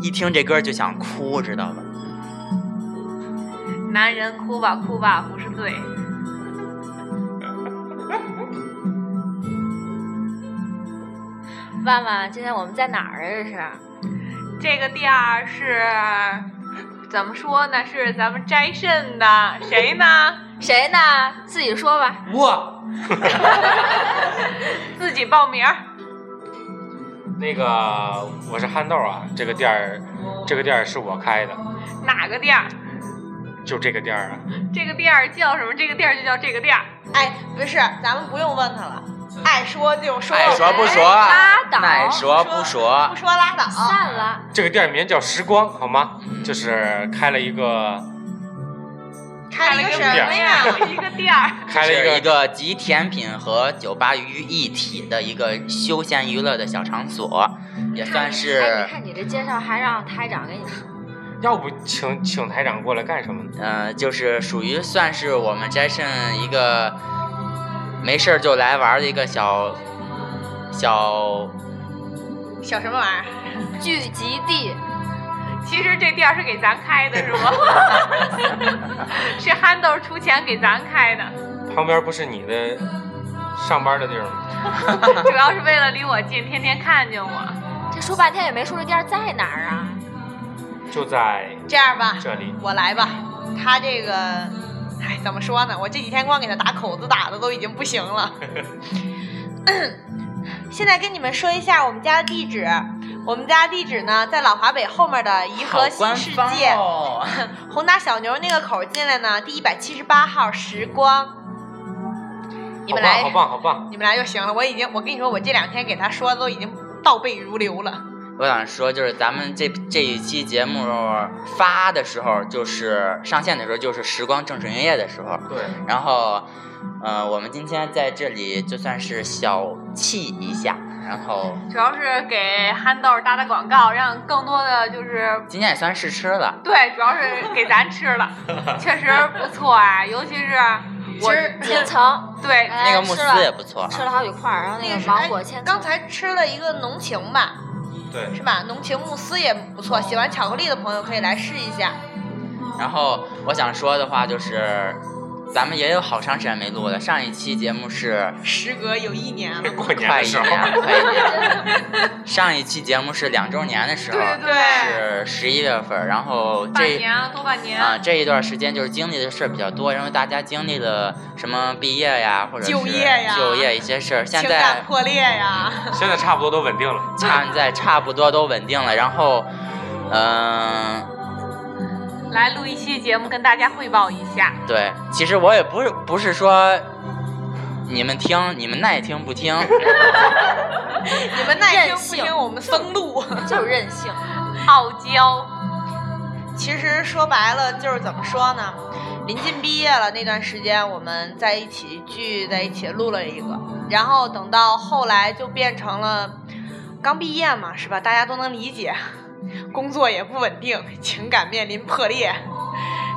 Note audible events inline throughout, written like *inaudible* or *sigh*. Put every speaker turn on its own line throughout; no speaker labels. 一听这歌就想哭，知道吧？
男人哭吧哭吧不是
*laughs*
罪。
万万，今天我们在哪儿啊？这是？
这个店儿是怎么说呢？是咱们斋肾的，谁呢？
谁呢？自己说吧。
我
*laughs* 自己报名儿。
那个我是憨豆啊，这个店儿这个店儿是我开的，
哪个店儿？
就这个店儿啊。
这个店儿叫什么？这个店儿就叫这个店儿。
哎，不是，咱们不用问他了，爱说就说，
爱哎说不
哎
说，啊
拉倒
爱说不说
不，说拉倒。
啊
散了，
这个店儿名叫时光，好吗？就是开了一个
开了一个什
店儿
么呀？ *laughs*
一个店儿。
开了
是
啊一
一
个
个集甜品和酒吧于一体的一个休闲娱乐的小场所，也算
哎，
是
你看你这介绍还让台长给你说，
要不请请台长过来干什么呢？
嗯，就是属于算是我们斋肾一个没事儿就来玩儿的一个小小
小什么玩意儿？
聚集地。
其实这店儿是给咱开的，是吗？
*laughs*
是憨豆出钱给咱开的，
旁边不是你的上班的地儿吗？
主要是为了离我近，天天看见我。
这说半天也没说这店儿在哪儿啊？
就在
这样吧，
这里。
我来吧。他这个，哎，怎么说呢？我这几天光给他打口子打的都已经不行了。现在跟你们说一下我们家的地址。我们家地址呢，在老华北后面的颐
好
和新
官
世
方
界、
哦。
宏达小牛那个口进来呢，第一百七十八号时光。你们来
好，棒，好棒，好棒！
你们来就行了。我已经，我跟你说，我这两天给他说的都已经倒背如流了。
我想说，就是咱们这这一期节目发的时候，就是上线的时候，就是时光正式营业的时候。
对，
然后，呃，我们今天在这里就算是小憩一下，然后
主要是给憨豆打打广告，让更多的就是
今天也算试吃了。
对，主要是给咱吃
*laughs*
了，确实不错啊，尤其是我
千层，
对
哎
*laughs* 那个慕
吃
斯也
了，
不错啊，
吃了好几块儿，然后那个
是
芒果千层。
哎刚才吃了一个浓情吧，
对，
是吧？浓情慕斯也不错，喜欢巧克力的朋友可以来试一下。
然后我想说的话就是，咱们也有好长时间没录了，上一期节目是
时隔有一年了，
过年
快
的
一
时候，
年，快一年。上一期节目是两周年的时
嗯
候，
啊
对对
是
对，
十一月份，然后
半
这
年啊多半年
啊、这一段时间就是经历的事儿比较多，因为大家经历了什么毕业呀，或者是
就业呀
就业一些事儿。现
情感
在
破裂呀，
*laughs*
*laughs*
现在差不多都稳定了。 *laughs*
现在差不多都稳定了，然后，嗯、
来录一期节目跟大家汇报一下。
对，其实我也不是不是说你们听，你们爱听不
*laughs*
听，
你们耐听
任
不
性
听我们封路。
就是任性，
傲娇，
其实说白了就是怎么说呢？临近毕业了那段时间，我们在一起聚在一起录了一个，然后等到后来就变成了刚毕业嘛，是吧？大家都能理解，工作也不稳定，情感面临破裂，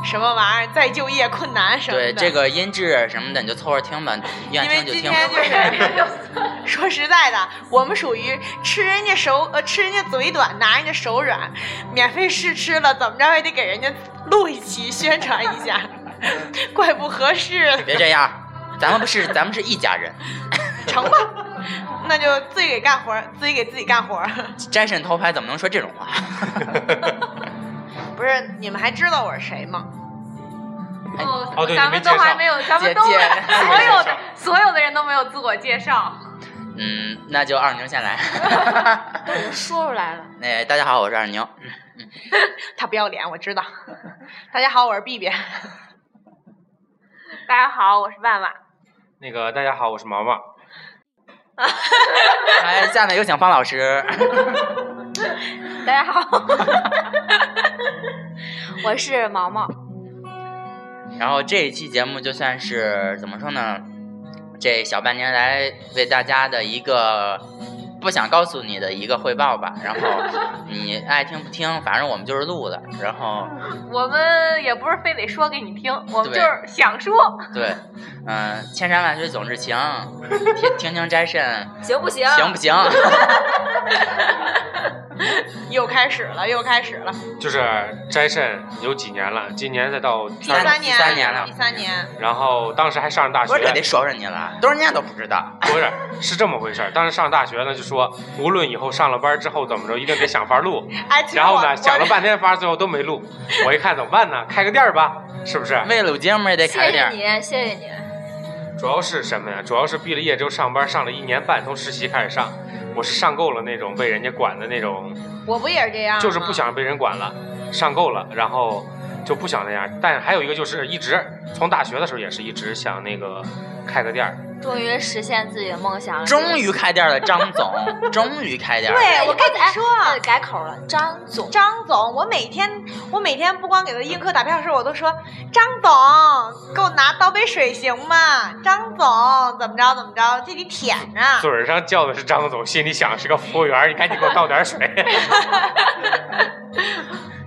什么玩意儿再就业困难什么的。
对这个音质什么的你就凑合听吧，愿
因为
听就
今
听。
天就是， *laughs* 说实在的，我们属于吃人家手呃吃人家嘴短，拿人家手软，免费试吃了，怎么着也得给人家录一期宣传一下， *laughs* 怪不合适，
*laughs* 别这样，咱们不是 *laughs* 咱们是一家人，
成吧？那就自己给干活儿，自己给自己干活儿。
斋神头牌怎么能说这种话？ *laughs*
不是，你们还知道我是谁吗？
哦对
咱
你没
们
介
都
绍
还没有，咱们都
姐姐
*laughs* 所有
介绍
的所有的人都没有自我介绍。
嗯，那就二牛先来。 *laughs*
都已经说出来了。
那、大家好，我是二牛。 *laughs*
他不要脸，我知道。大家好，我是 B B。
大家好，我是万万。
那个大家好，我是毛毛。
哎，下面有请方老师。
*laughs* 大家好， *laughs* 我是毛 *laughs* 毛。
然后这一期节目就算是怎么说呢？这小半年来为大家的一个不想告诉你的一个汇报吧。然后你爱听不听，反正我们就是录了。然后
我们也不是非得说给你听，我们
对
就是想说。
对，嗯、千山万水总是情，听听听斋肾
*laughs* 行不行？
行不行？
又开始了，又开始了，
就是斋肾有几年了，今年再到
第
圈儿
三
三
年，
第三年了
第三年，
然后当时还上大学，
我这得收拾你了，多少年都不知道。
不是，是这么回事儿。当时上大学呢，就说无论以后上了班之后怎么着，一定得想法录。
哎，其实
然后
我
呢，
我
想了半天，发最后都没录。我一看怎么办呢？开个店儿吧，是不是？
为录节目也得开
谢
个店
谢
儿，
你，谢谢你。
主要是什么呀？主要是毕了业之后上班，上了一年半，从实习开始上。我是上够了那种被人家管的那种，
我不也是这样吗，
就是不想被人管了，上够了，然后就不想那样。但还有一个就是一直从大学的时候也是一直想那个开个店儿，
终于实现自己的梦想了。
终于开店了，张总，终于开店了。
对我跟你说
哎哎改口了，张总。
张总，我每天我每天不光给他映客打票的时候，我都说张总给我拿倒杯水行吗？张总怎么着怎么着，这里舔着。
*laughs* 嘴儿上叫的是张总，心里想是个服务员儿，你赶紧给我倒点儿水。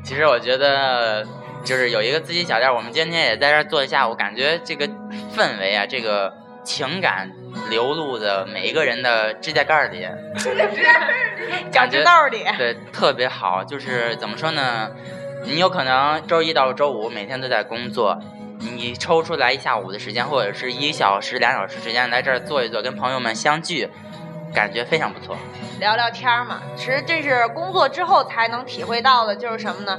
其实我觉得，就是有一个自己小店儿，我们今天也在这儿坐一下，我感觉这个氛围啊，这个情感流露的每一个人的指甲盖儿
*laughs*
里，
脚
感
趾
觉
豆里，
对特别好。就是怎么说呢？你有可能周一到周五每天都在工作，你抽出来一下午的时间，或者是一小时、两小时时间来这儿坐一坐，跟朋友们相聚，感觉非常不错。
聊聊天儿嘛。其实这是工作之后才能体会到的，就是什么呢？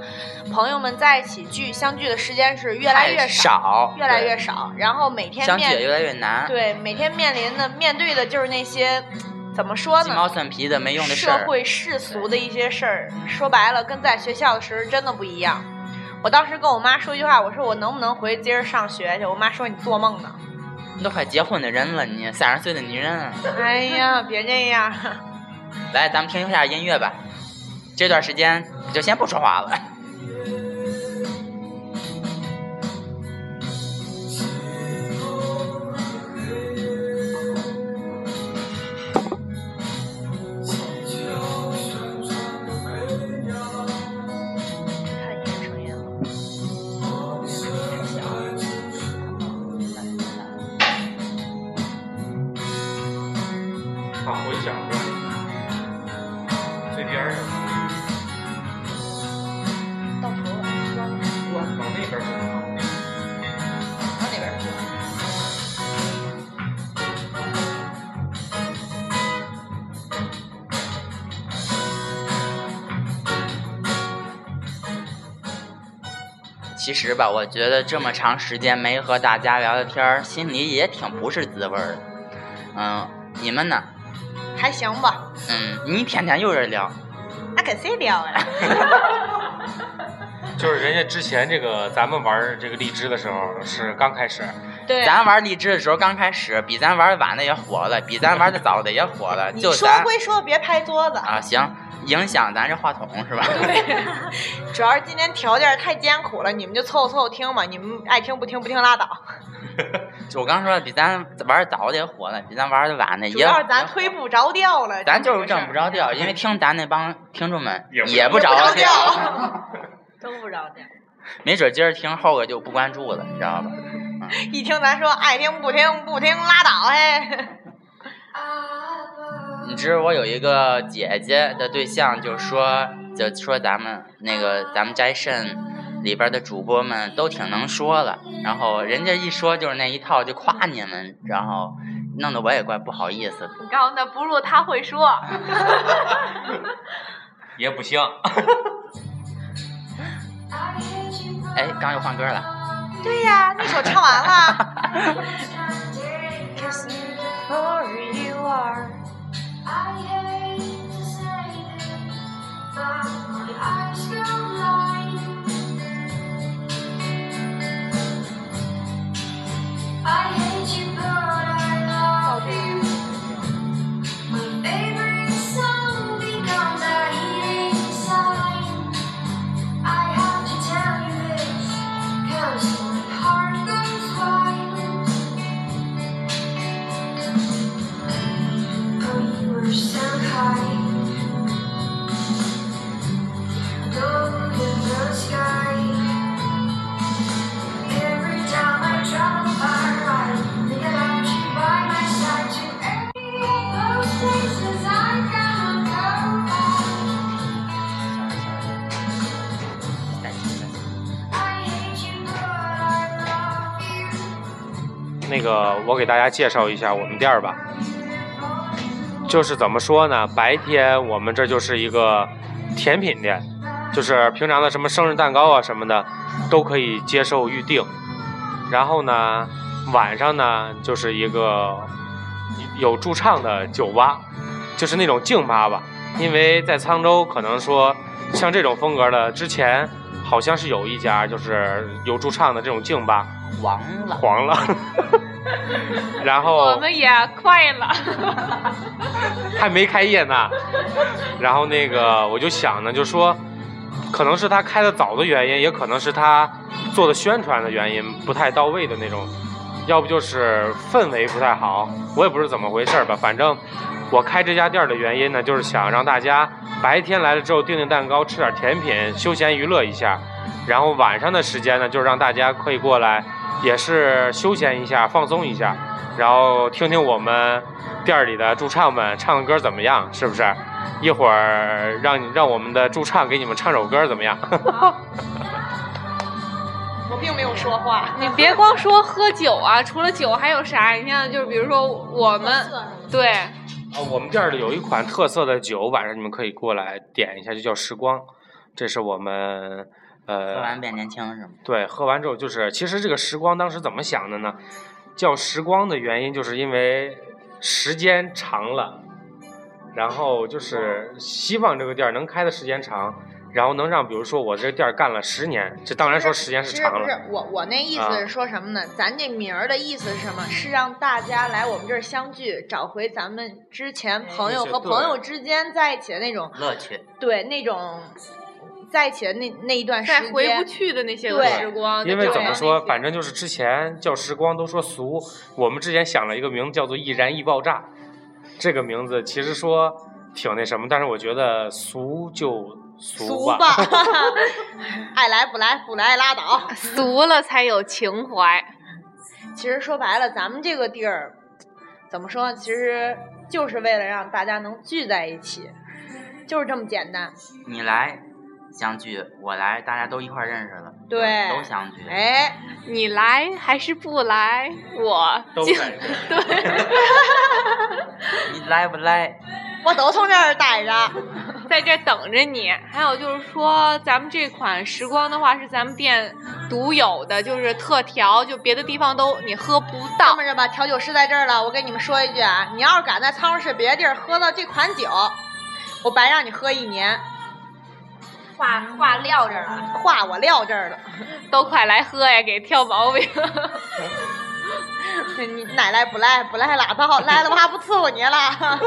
朋友们在一起聚相聚的时间是越来越
太少，
越来越
对
少。然后每天
相聚也
面
越来越难。
对每天面临的面对的就是那些怎么说
鸡
呢？
毛蒜皮的没用的事
社
儿，
会世俗的一些事儿，说白了跟在学校的时候真的不一样。我当时跟我妈说一句话，我说我能不能回接着上学去？我妈说你做梦呢。
你都快结婚的人了，你三十岁的女人，啊
哎呀，别这样。
来，咱们听一下音乐吧。这段时间就先不说话了。
看一眼声音
*laughs*
了。
啊，我一想不让你，最边儿上，
到头了，
往往那边儿啊去。
到那边儿去。
其实吧，我觉得这么长时间没和大家聊聊天儿，心里也挺不是滋味儿的。嗯，你们呢？
*laughs* 还行吧，
嗯，你天天有人聊，
那跟谁聊呀？ *laughs*
就是人家之前这个咱们玩儿这个荔枝的时候是刚开始，
对，啊
咱玩荔枝的时候刚开始，比咱玩晚的也火了，比咱玩的早的也火了，
你
就
说
咱
归说，别拍桌子。
啊，行，影响咱这话筒是吧？
主要是今天条件太艰苦了，你们就凑合凑合听吧，你们爱听不听不听拉倒。
*laughs* 就我刚说的，比咱玩儿早的也火了，比咱玩儿的晚的也
主要是咱
也火
推不着调了，
咱就是
这
挣不
着，
着调，因为听咱那帮听众们
也不
也
*laughs* 不
嗯不着
调
调，， *laughs*
真不着调。
没准今儿听后个就不关注了，你知道吧？
一听咱说爱听不听不听拉倒嘿， *laughs*
你知我有一个姐姐的对象，就说就说咱们那个咱们斋肾里边的主播们都挺能说了，然后人家一说就是那一套，就夸你们，然后弄得我也怪不好意思的。
然后呢，不如他会 *laughs* 说，
也不行。
Eh,
哎，刚又换歌了， *laughs*
对呀、那首唱完了，
I hate you. My favorite song becomes a healing sign. I have to tell you this, 'cause my heart goes wild. Oh,
那个我给大家介绍一下我们店儿吧。就是怎么说呢？白天我们这就是一个甜品店，就是平常的什么生日蛋糕啊什么的，都可以接受预定。然后呢，晚上呢就是一个有驻唱的酒吧，就是那种静吧吧。因为在沧州，可能说像这种风格的，之前好像是有一家就是有驻唱的这种静吧
黄了，
*laughs*
黄了， *laughs* 然
我
后
们也快了， *laughs*
*laughs* 还没开业呢。然后那个我就想呢，就说可能是他开的早的原因，也可能是他做的宣传的原因不太到位的那种，要不就是氛围不太好，我也不知道怎么回事儿吧。反正我开这家店儿的原因呢，就是想让大家白天来了之后订订蛋糕，吃点甜品，休闲娱乐一下。然后晚上的时间呢，就是让大家可以过来，也是休闲一下、放松一下，然后听听我们店儿里的驻唱们唱的歌怎么样，是不是？一会儿让你让我们的驻唱给你们唱首歌怎么 *laughs* 样？
我并没有说话。
你别光说喝酒啊，除了酒还有啥？你像就是比如说我们，对，
啊，我们店儿里有一款特色的酒，晚上你们可以过来点一下，就叫时光。这是我们
喝
呃，
完变年轻是吗？
对，喝完之后就是，其实这个时光当时怎么想的呢？叫时光的原因就是因为时间长了，然后就是希望这个店儿能开的时间长，然后能让比如说我这个店儿干了十年，这当然说时间是
其实
长
不
了，
是我，我那意思
啊
是说什么呢？咱这名儿的意思是什么？是让大家来我们这儿相聚，找回咱们之前朋
嗯那
友
些
和
对
朋友之间在一起的那种，
乐趣，
对那种在一起的那那一段时
再
间。
回不去的那些个
对
时光，
因为
那
怎么
种
说，反正就是之前叫时光都说俗，我们之前想了一个名字叫做“易燃易爆炸”，这个名字其实说挺那什么，但是我觉得俗就
俗
俗吧。
吧，
*laughs*
爱来不来，不来拉倒。
俗了才有情怀。
其实说白了，咱们这个地儿怎么说呢？其实就是为了让大家能聚在一起，就是这么简单。
你来相聚，我来，大家都一块儿认识了，
对
都相聚。
哎，
你来还是不来，我
都
就
在
对，
*laughs* 你来不来？
我都从这儿待着。
在这儿等着你。还有就是说，咱们这款时光的话是咱们店独有的，就是特调，就别的地方都你喝不
这
到
么。着吧，调酒师在这儿了，我跟你们说一句啊，你要是敢在沧州市别的地儿喝到这款酒，我白让你喝一年，
话话撂这儿了。
话我撂这儿了，
都快来喝呀，给挑毛病。 *laughs*
你奶来不来，不来拉倒，来了我还不伺候你了。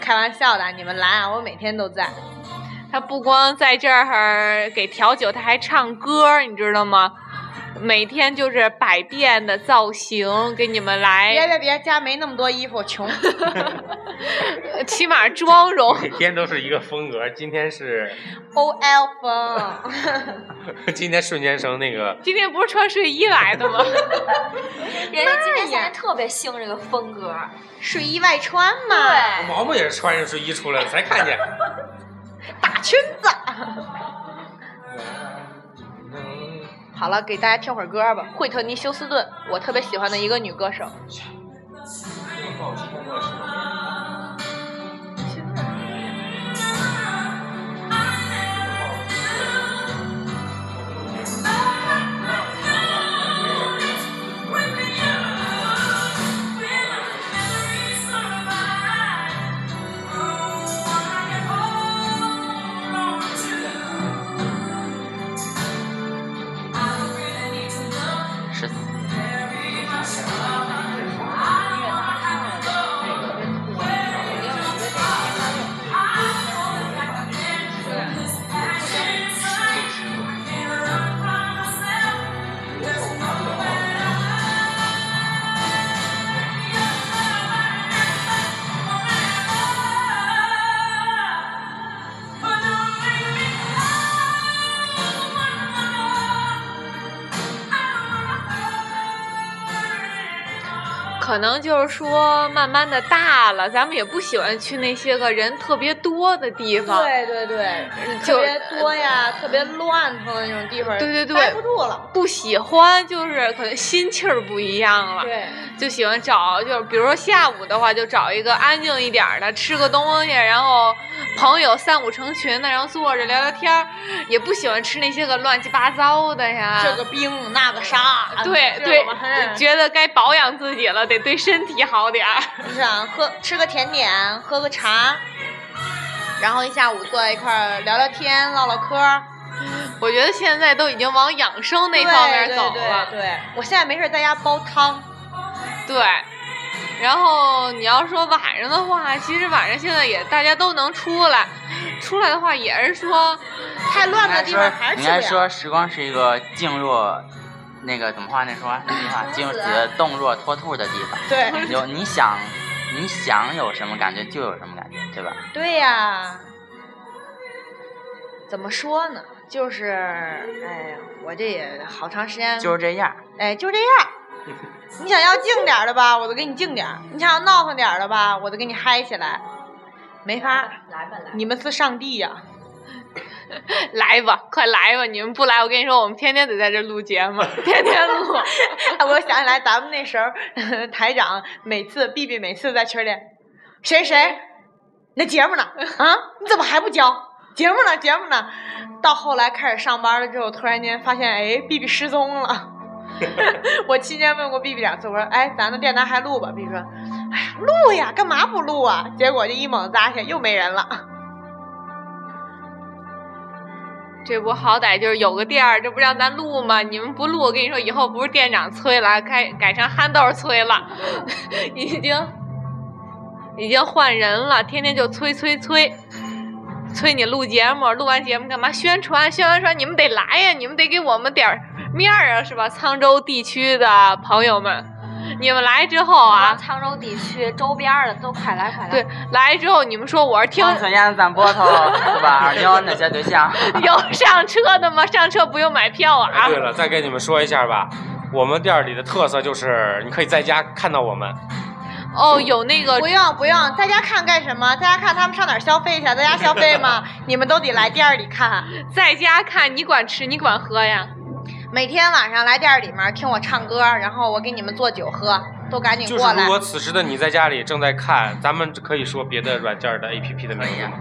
开玩笑的，你们来啊，我每天都在。
他不光在这儿给调酒，他还唱歌，你知道吗？每天就是百变的造型给你们
别
来，
别别，家没那么多衣服，穷。
呃起码妆容
每 *laughs* 天都是一个风格，今天是 *laughs*
O L 风，
今天瞬间成那个
今天不是穿睡衣来的吗？
人家今天现在特别兴这个风格，
睡衣外穿嘛，
毛毛也是穿着睡衣出来的才看
*laughs*
见。
大裙子。好了，给大家听会儿歌吧，惠特尼休斯顿，我特别喜欢的一个女歌手。
是
音乐
可能就是说，慢慢的大了，咱们也不喜欢去那些个人特别多的地方。
对对对，特
就
别多呀，特别乱腾的那种地方，
对对对
待不住了。
不喜欢，就是可能心气儿不一样了，
对，
就喜欢找，就是比如说下午的话，就找一个安静一点儿的，吃个东西，然后朋友三五成群的，然后坐着聊聊天儿，也不喜欢吃那些个乱七八糟的呀。
这个冰那个啥，
对
这个
对
玩意，儿
觉得该保养自己了，得对身体好点儿。 *laughs*
是啊，喝吃个甜点，喝个茶，然后一下午坐在一块儿聊聊天，唠唠嗑儿。
我觉得现在都已经往养生那
对
方面
对
走
对
了，
对我现在没事儿在家煲汤，
对。然后你要说晚上的话，其实晚上现在也大家都能出来，出来的话也是说，
太乱的地方还是
应
去不了。
该说时光是一个静若那个怎么话那说那句话，
*laughs*
静
死
子动若脱兔的地方。
对
有你想，你想有什么感觉就有什么感觉，对吧？
对呀、怎么说呢？就是，哎呀，我这也好长时间，
就是这样。
哎，就这样。你想要静点儿的吧，我都给你静点儿；你想要闹腾点儿的吧，我都给你嗨起来。没法，
来吧来吧，
你们是上帝呀、
来吧，快来吧！你们不来，我跟你说，我们天天得在这录节目，天天录。
哎 *laughs* 我想起来，咱们那时候台长每次 B B 每次在群里，谁谁，那节目呢？啊，你怎么还不交？节目呢？节目呢？到后来开始上班了之后，突然间发现，哎，B B 失踪了。 *laughs* 我期间问过 B B 两次，我说，哎，咱的电台还录吧？B B 说，哎呀，录呀，干嘛不录啊？结果就一猛扎下，又没人了。
这不好歹就是有个店儿，这不让咱录吗？你们不录，我跟你说，以后不是店长催了，改改成憨豆儿催了， *laughs* 已经已经换人了，天天就催催催，催你录节目，录完节目干嘛宣传？宣完传你们得来呀，你们得给我们点儿面儿啊，是吧？沧州地区的朋友们，你们来之后啊，
沧州地区周边儿的都快来快来。
对，来之后你们说我是听
听孙燕子
*laughs*
咱波头，对吧？二妞那些对
*laughs*
象，
有上车的吗？上车不用买票啊。
哎，对了，再跟你们说一下吧，我们店儿里的特色就是你可以在家看到我们，
哦，有那个
不用不用，在家看干什么？在家看他们上哪儿消费去？在家消费吗？你们都得来店儿里看。
在家看，你管吃，你管喝呀？
每天晚上来店儿里面听我唱歌，然后我给你们做酒喝，都赶紧
就
过
是
来。
如果此时的你在家里正在看，咱们可以说别的软件的 APP 的名字吗？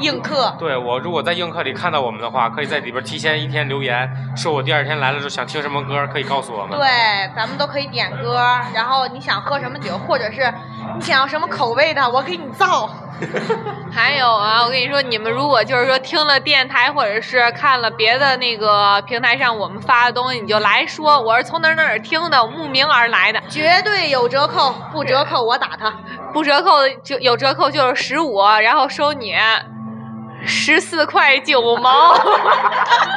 映客，
对我，如果在映客里看到我们的话，可以在里边提前一天留言，说我第二天来了之后想听什么歌，可以告诉我们。
对，咱们都可以点歌，然后你想喝什么酒，或者是你想要什么口味的，我给你造。
还有啊，我跟你说，你们如果就是说听了电台或者是看了别的那个平台上我们发的东西，你就来说我是从哪儿哪儿听的，我慕名而来的，
绝对有折扣，不折扣我打他。
不折扣的就有折扣就是十五，然后收你十四块九毛， *laughs*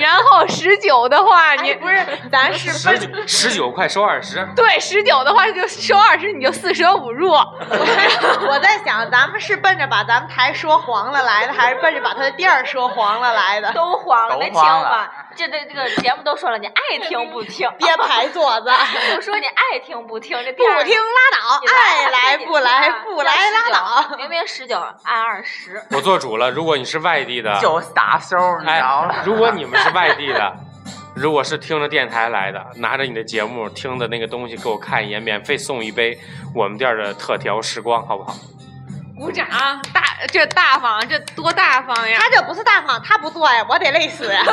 然后十九的话你、
哎，不是，咱是
十
分
九十九块收二十，
对十九的话就收二十，你就四舍五入。
我在想，咱们是奔着把咱们台说黄了来的，还是奔着把他的店儿说黄了来
*laughs*
的？
都黄了，
都
没听
黄
吧？这这这个节目都说了，你爱听
*laughs*
不听，
憋
*laughs*
牌座子，
就说你爱听不听，这
不
店儿
听拉倒，
你
爱来
来你
不来
听啊
不来拉倒。
明明十九，按二十，
我做主了。如果你是外地的，
就撒手，你知
哎
道吧？，
如果你们是外地的，如果是听着电台来的，拿着你的节目听的那个东西给我看一眼，免费送一杯我们店儿的特调时光，好不好？
鼓掌！大这大方，这多大方呀！
*laughs* 他这不是大方，他不做呀，我得累死呀。 *laughs*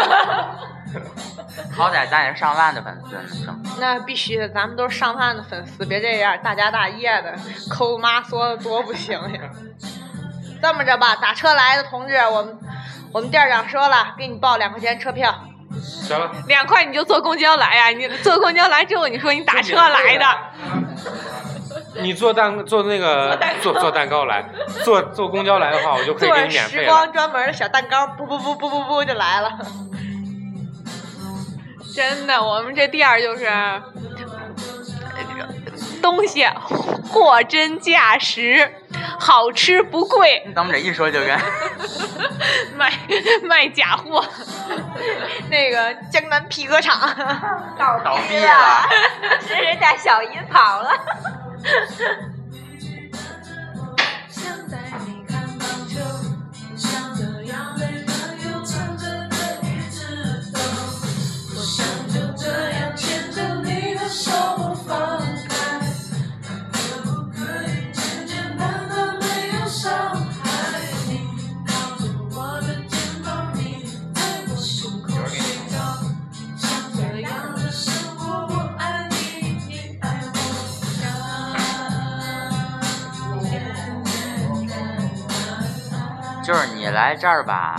好歹咱也是上万的粉丝呢，是吗？
那必须的，咱们都是上万的粉丝，别这样，大家大业的，抠妈说的多不行呀。这么着吧，打车来的同志，我们我们店长说了，给你报两块钱车票。
行了，
两块你就坐公交来呀！你坐公交来之后，你说你打车来的，
你做蛋做那个做做蛋糕来，坐坐公交来的话，我就可以
坐
给你
着
免
时
费了
光。专门的小蛋糕，噗噗噗噗噗噗就来了。
真的，我们这店儿就是呃
哎
东西货真价实，好吃不贵，
咱们这一说就
*laughs*
圆。
卖卖假货。
那个江南皮革 *laughs* 厂，
倒闭了，
啊
这是带小姨跑了。
想带你看棒球，想这样没朋友缠着的一直走。我想就这样牵着你的手不放开，可不可以简简单单没有伤害？你靠着我的肩膀，你在我胸口睡着。像这样的生活，我爱你，你爱我。
就是你来这儿吧，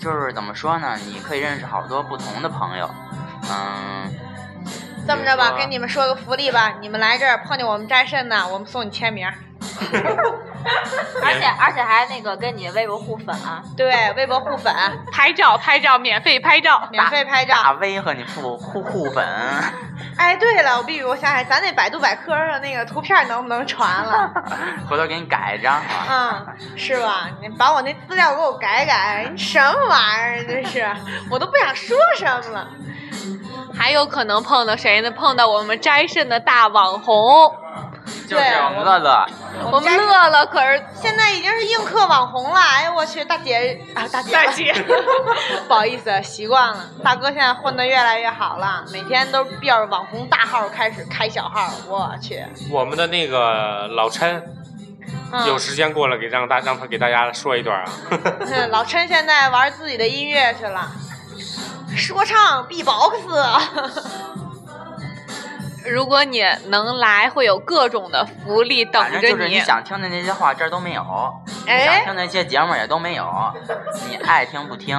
就是怎么说呢？你可以认识好多不同的朋友，嗯。
这么着吧，
比如说
给你们说个福利吧，你们来这儿碰见我们斋肾呢，我们送你签名儿。
而
哎
且而且还那个跟你微博互粉啊，
对，微博互粉，
拍照拍照，免费拍照。
免费拍
大
照。
V 和你互互互粉，
哎，对了，我必须我想想，咱那百度百科上那个图片能不能传了？
*laughs* 回头给你改一张啊。
嗯，是吧？你把我那资料给我改改，你什么玩意儿？这是，我都不想说什么了。
还有可能碰到谁呢？碰到我们斋肾的大网红，
就是我们乐乐，
我们乐乐可是
现在已经是映客网红了，哎呦我去，大姐啊，大姐，
大姐，
*laughs* 不好意思，习惯了。大哥现在混得越来越好了，每天都是着网红大号开始开小号，我去，
我们的那个老陈，
嗯、
有时间过来给让大让他给大家说一段 *laughs* 啊。
嗯老陈现在玩自己的音乐去了，说唱 B-box，
如果你能来，会有各种的福利等
反正
着
就是你想听的那些话，这儿都没有；你想
哎，
听那些节目也都没有。你爱听不听，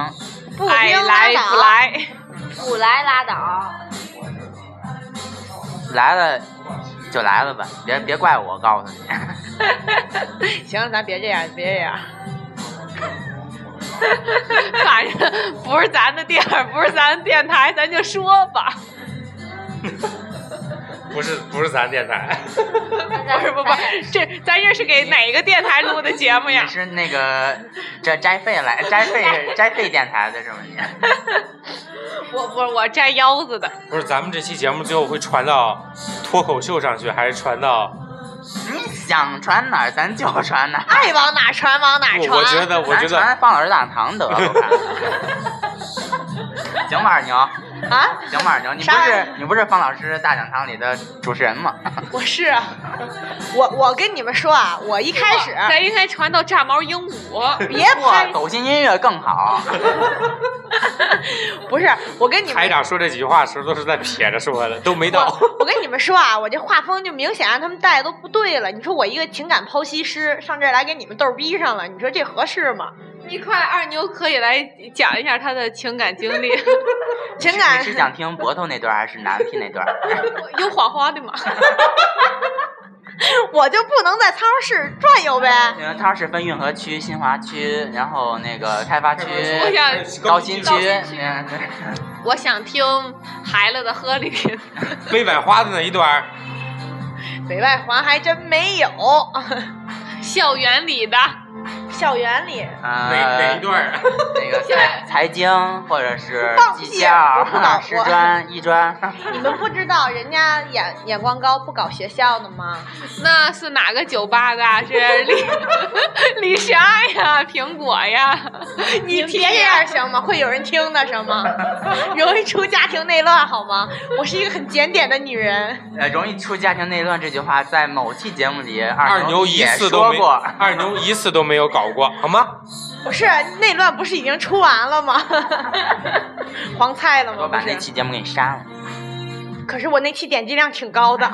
不
爱
听
哎来
拉
不
倒。啊
来，
不来拉倒。
来了就来了吧，别别怪我，告诉你。
行，咱别这样，别这样。
*laughs* 反正不是咱的店儿，不是咱的电台，咱就说吧。
不是不是咱电台，
不
不是不是不
哎
是，这咱这是给哪个电台录的节目呀
你？是那个这摘肺来摘肺摘肺电台的是吗？你 *laughs*
*laughs* 我我我摘腰子的，
不是咱们这期节目最后会传到脱口秀上去，还是传到？
你想传哪儿咱就传哪儿。
爱往哪传往哪
我
传。
我觉得我觉
咱
得
传放老师大堂得了，
*laughs*
我看行吧，二牛，
啊，
行吧，二牛，你不
啥玩意
是
儿
你不是方老师大讲堂里的主持人吗？
我是啊，我我跟你们说啊，我一开始
咱应该传到炸毛鹦
*laughs*
鹉。
*laughs*
别拍
不，，走心音乐更好。
不是我跟你们
台长说这几句话的时候都是在撇着说的，都没到。
我跟你们说啊，我这画风就明显让他们带的都不对了。你说我一个情感剖析师上这儿来给你们逗逼上了，你说这合适吗？
你快，二牛可以来讲一下他的情感经
*laughs*
历，
情
你
感
是想听脖头那段还是男屁那段？
有谎话的吗？ *laughs*
我就不能在超市转悠呗？
*laughs* 因为它是分运河区、新华区，然后那个开发区、
我想
高新区
高新区。
嗯对
我想听孩子的喝里，
北百花的那一段儿，
北外环还真没有， *laughs*
校园里的
校园里
呃
哪哪一段儿？
那个财财经或者是
放屁
技校
我不搞、
师
我
专、艺专，
你们不知道人家眼眼光高不搞学校的吗？
那是哪个酒吧的？啊是 *laughs* 丽丽莎呀，苹果呀，
你别这样行吗？会有人听的行
*laughs*
吗？容易出家庭内乱好吗？我是一个很检点的女人，
呃，容易出家庭内乱这句话，在某期节目里
*laughs* 二
二
牛一
也
次都
说
没，
过。
二牛一次都没有搞过，好吗？
不是内乱不是已经出完了
*laughs*
吗？黄菜了吗？
我把
不
那
是
期节目给你删了，
可是我那期点击量挺
*laughs*
高的，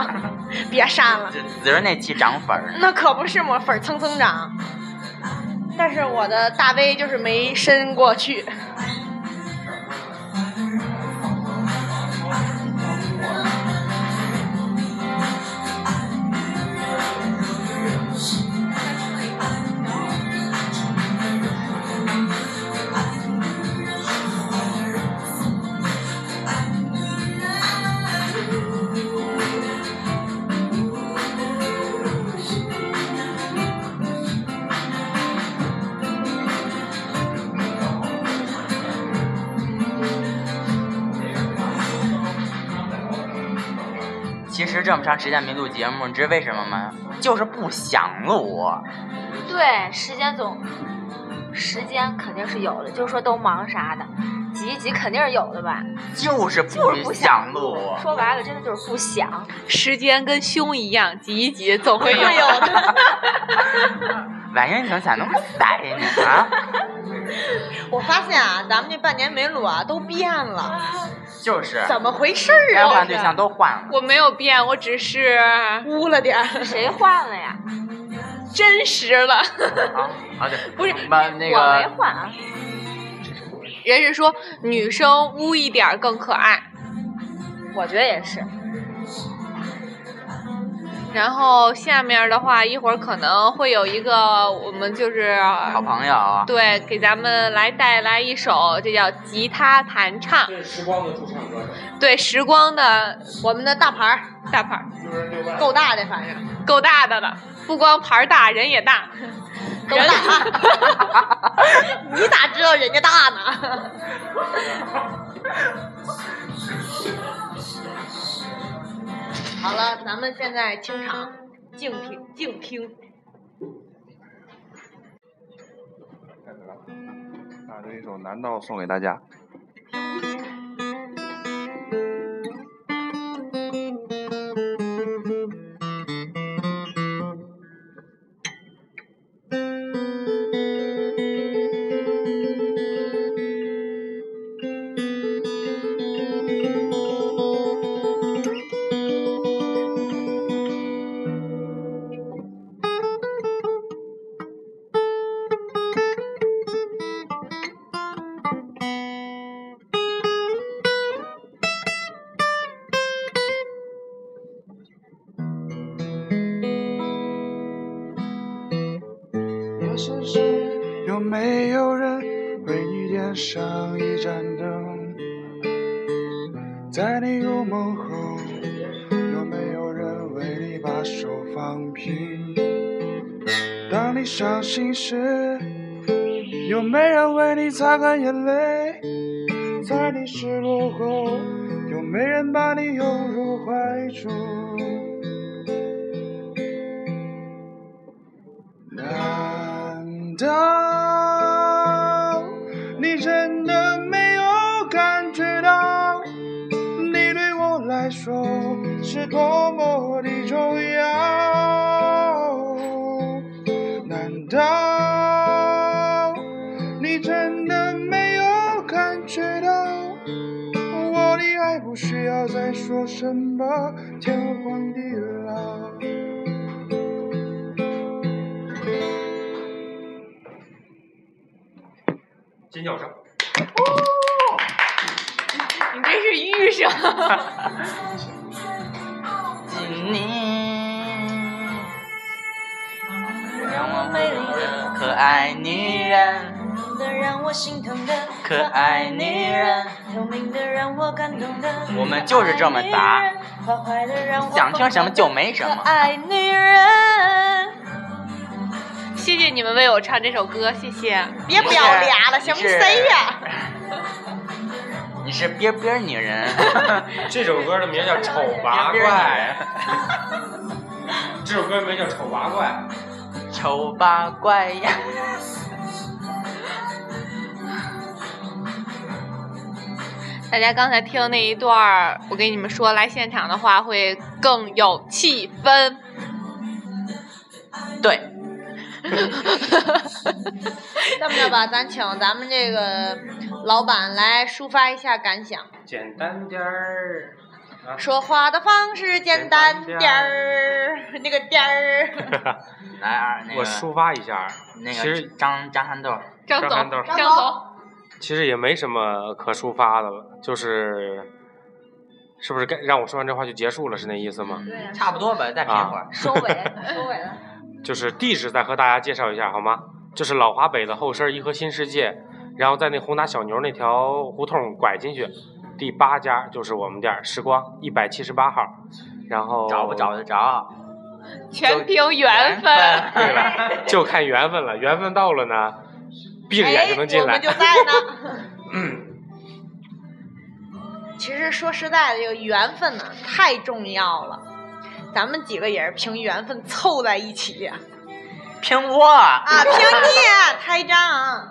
别删了，
子子儿那期涨粉儿，
那可不是嘛，粉儿蹭蹭涨。但是我的大 V 就是没伸过去，
我
其实这么长时间没录节目，你知道为什么吗？就是不想录。
对，时间总，时间肯定是有的，就是说都忙啥的，挤一挤肯定是有的吧，
就是
就是
不
不想
录。
说白了，真的就是不想。
时间跟胸一样，挤一挤总会有
会有的。
晚上你能咋那么呆呢？啊，
我发现啊，咱们这半年没录啊，都变了，
就是
怎么回事儿
该
啊？
换对象都换了。
*laughs* 我没有变，我只是
污了点儿，
谁换了呀？
真实了。
啊啊对，
不是
把那
我没
个
换啊。
人是说女生污一点儿更可爱，
我觉得也是，
然后下面的话一会儿可能会有一个我们就是
好朋友，
对给咱们来带来一首，这叫吉他弹唱，
这是时光的主唱歌手，
对时光的
我们的大牌儿
大牌儿
就是另外
够大的，反正
够大的了，不光牌儿大，人也
*laughs*
大。
够大。你咋知道人家大呢？好了，咱们现在清场，静听，静听。
那这一首《难道》送给大家。我身上有没有人为你点上一盏灯？在你入梦后，有没有人为你把手放平？当你伤心时，有没人为你擦干眼泪？在你失落后，有没人把你拥入怀中？难道你真的没有感觉到，你对我来说是多么的重要？难道你真的没有感觉到，我的爱不需要再说什么天荒地老？
金角声。
你这是玉声，
紧你，让我美丽的可爱女人，
的让我心疼的，
可爱女人，
透明的让我感动的。
我们就是这么杂，
坏坏的让我
想听什么就没什么。
哎
爱女人。
*laughs* 谢谢你们为我唱这首歌，谢谢。
别不要脸了，行不行呀？
你是边边女 *laughs* 人，
这首歌的名叫《丑八
边
怪
边》， *laughs*
这首歌名叫《丑八怪》。
女人，丑八怪呀！
大家刚才听的那一段儿，我跟你们说，来现场的话会更有气氛。
对，
*laughs* 这么着吧，咱请咱们这个老板来抒发一下感想。
简单点儿，啊
说话的方式简单
简单
点儿，那个点儿。
来二那
我
个
抒发一下儿。
那
其
个
实
张张憨豆，
张
张
总，
憨豆
张总，
其实也没什么可抒发的了，就是是不是该让我说完这话就结束了？是那意思吗？
嗯
对呀
差不多吧，再拼会儿。
收尾了，收尾了。
就是地址再和大家介绍一下好吗？就是老华北的后身颐和新世界，然后在那宏达小牛那条胡同拐进去，第八家就是我们店儿时光一百七十八号，然后
找不找得着？
全凭
*laughs*
缘分。
对了，就看缘分了，缘分到了呢，闭着眼就能进
哎，我
来。嗯
们就在呢。其实说实在的，这个缘分呢太重要了。咱们几个也是凭缘分凑在一起呀、
拼我，
啊，
*laughs*
凭你开张。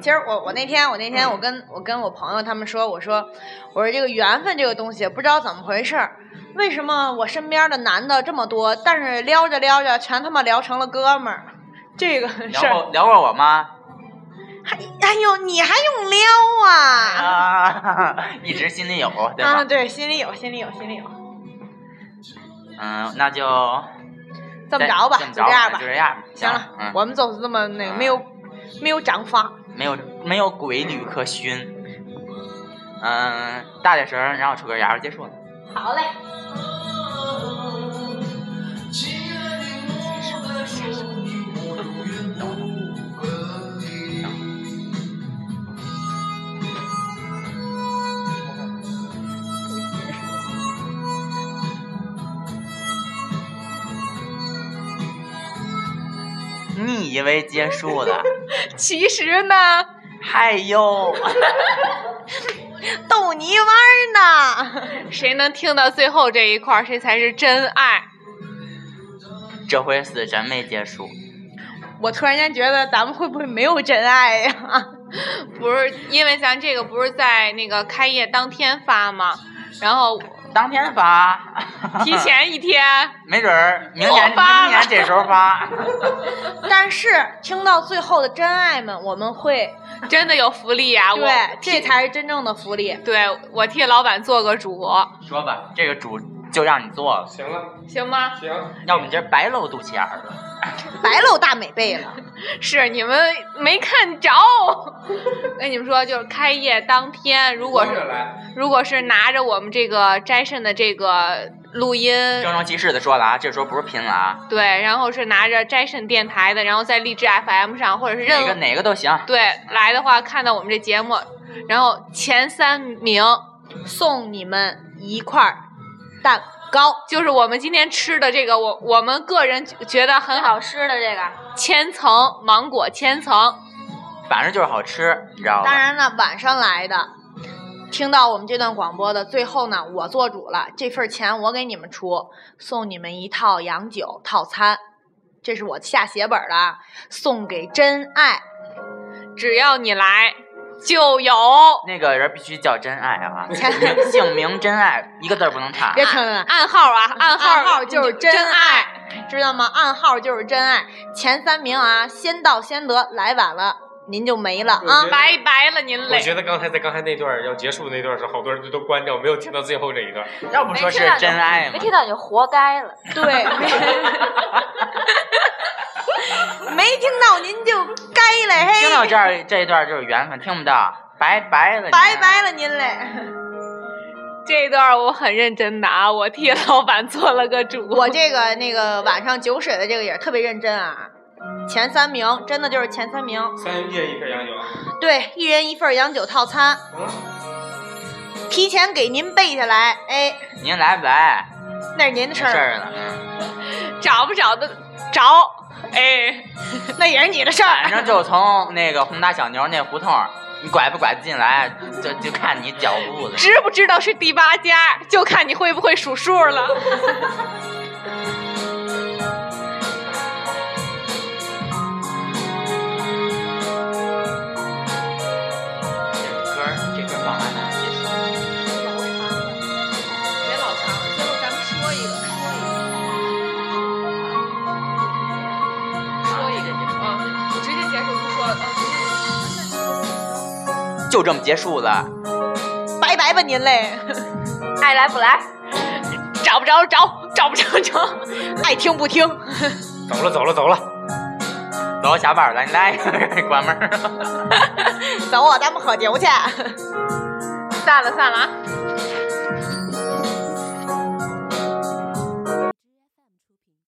其实我我那天我那天我跟我跟我朋友他们说，我说我说这个缘分这个东西不知道怎么回事儿，为什么我身边的男的这么多，但是撩着撩着全他妈聊成了哥们儿，这个
聊
事儿
过聊过我吗？
还哎呦你还用撩啊？
啊， *laughs* 一直心里有，对吧？
啊对，心里有心里有心里有，
嗯，那就
这么着吧，
这么
就
着哎
这样吧
就，这样。
行了，
嗯，
我们总是这么那个
嗯
没有没有长发，
没有没有规律可循。嗯，大点声，然后抽根烟，结束了。
好嘞。
亲爱的，我在说你，我永远都不分离。
你以为结束了？
其实呢，
嗨哟，
逗你玩儿呢。 *laughs*
谁能听到最后这一块儿，谁才是真爱。
这回是真没结束。
我突然间觉得咱们会不会没有真爱呀、 *laughs*
不是因为咱这个不是在那个开业当天发吗？然后
当天发，
提前一天，
没准儿明年
我发
明
了
年这时候发。
但是听到最后的真爱们，我们会
真的有福利
啊
呀、我
对，这才是真正的福利。
对我替老板做个主，
说吧，这个主就让你做了，
行了，
行吗？
行，
要不你这白露肚脐眼儿了。
白露大美背了，
是你们没看着， *laughs* 跟你们说，就是开业当天，如果是
来，
如果是拿着我们这个斋肾的这个录音，
郑重其事的说了啊，这时候不是拼了啊，
对，然后是拿着斋肾电台的，然后在荔枝 FM 上或者是任
哪
何
个哪个都行。
对来的话，看到我们这节目，然后前三名
送你们一块儿蛋糕。
就是我们今天吃的这个，我我们个人觉得很
很
好，
好吃的这个，
千层芒果千层，
反正就是好吃，你知道吧？
当然了，晚上来的，听到我们这段广播的最后呢，我做主了，这份钱我给你们出，送你们一套洋酒套餐，这是我下血本了啊，送给真爱。
只要你来就有。
那个人必须叫真爱啊，
前
姓名真爱，一个字儿不能差。
别听了。
暗号啊，暗号
嗯暗号就是
真
真爱，啊知道吗？暗号就是真爱，前三名啊，先到先得，来晚了您就没了啊
我觉！得
拜拜了您
我
嘞。
觉得刚才在刚才那段要结束那段时，候，好多人都关掉，没有听到最后这一段。
要不
没
说是
听到你
真爱吗？
没听到你就活该了。
对，没听到您就该嘞
听到
嘿，
这儿这一段就是缘分，听不到，拜拜了，啊
拜。拜了您嘞！ *laughs*
这一段我很认真的啊，我替老板做了个主。
我这个那个晚上酒水的这个也是特别认真啊，前三名真的就是前三名，
三一人一瓶洋酒，
对，一人一份洋酒套餐，提前给您备下来，哎，
您来不来？
那是您的
没
事
事
儿，
儿了，嗯，
找不找的着，哎，
那也是你的
*laughs*
事
反
儿。
正就从那个宏大小牛那胡同儿，你拐不拐得进来，就就看你脚步了。
知不知道是第八家，就看你会不会数数了。
歌儿这歌儿放完了结束。
别老长，最后咱们说一个，说一个。
说一个，嗯，直接结束不说了。
就这么结束了。
拜拜吧您嘞， *laughs*
爱来不来，
找不着找，找不着找。
爱听不听。 *laughs*
走了走了走了。
走，小宝，来你来一 *laughs* 个，关门儿。
啊走，咱们喝酒去。
散了散了啊，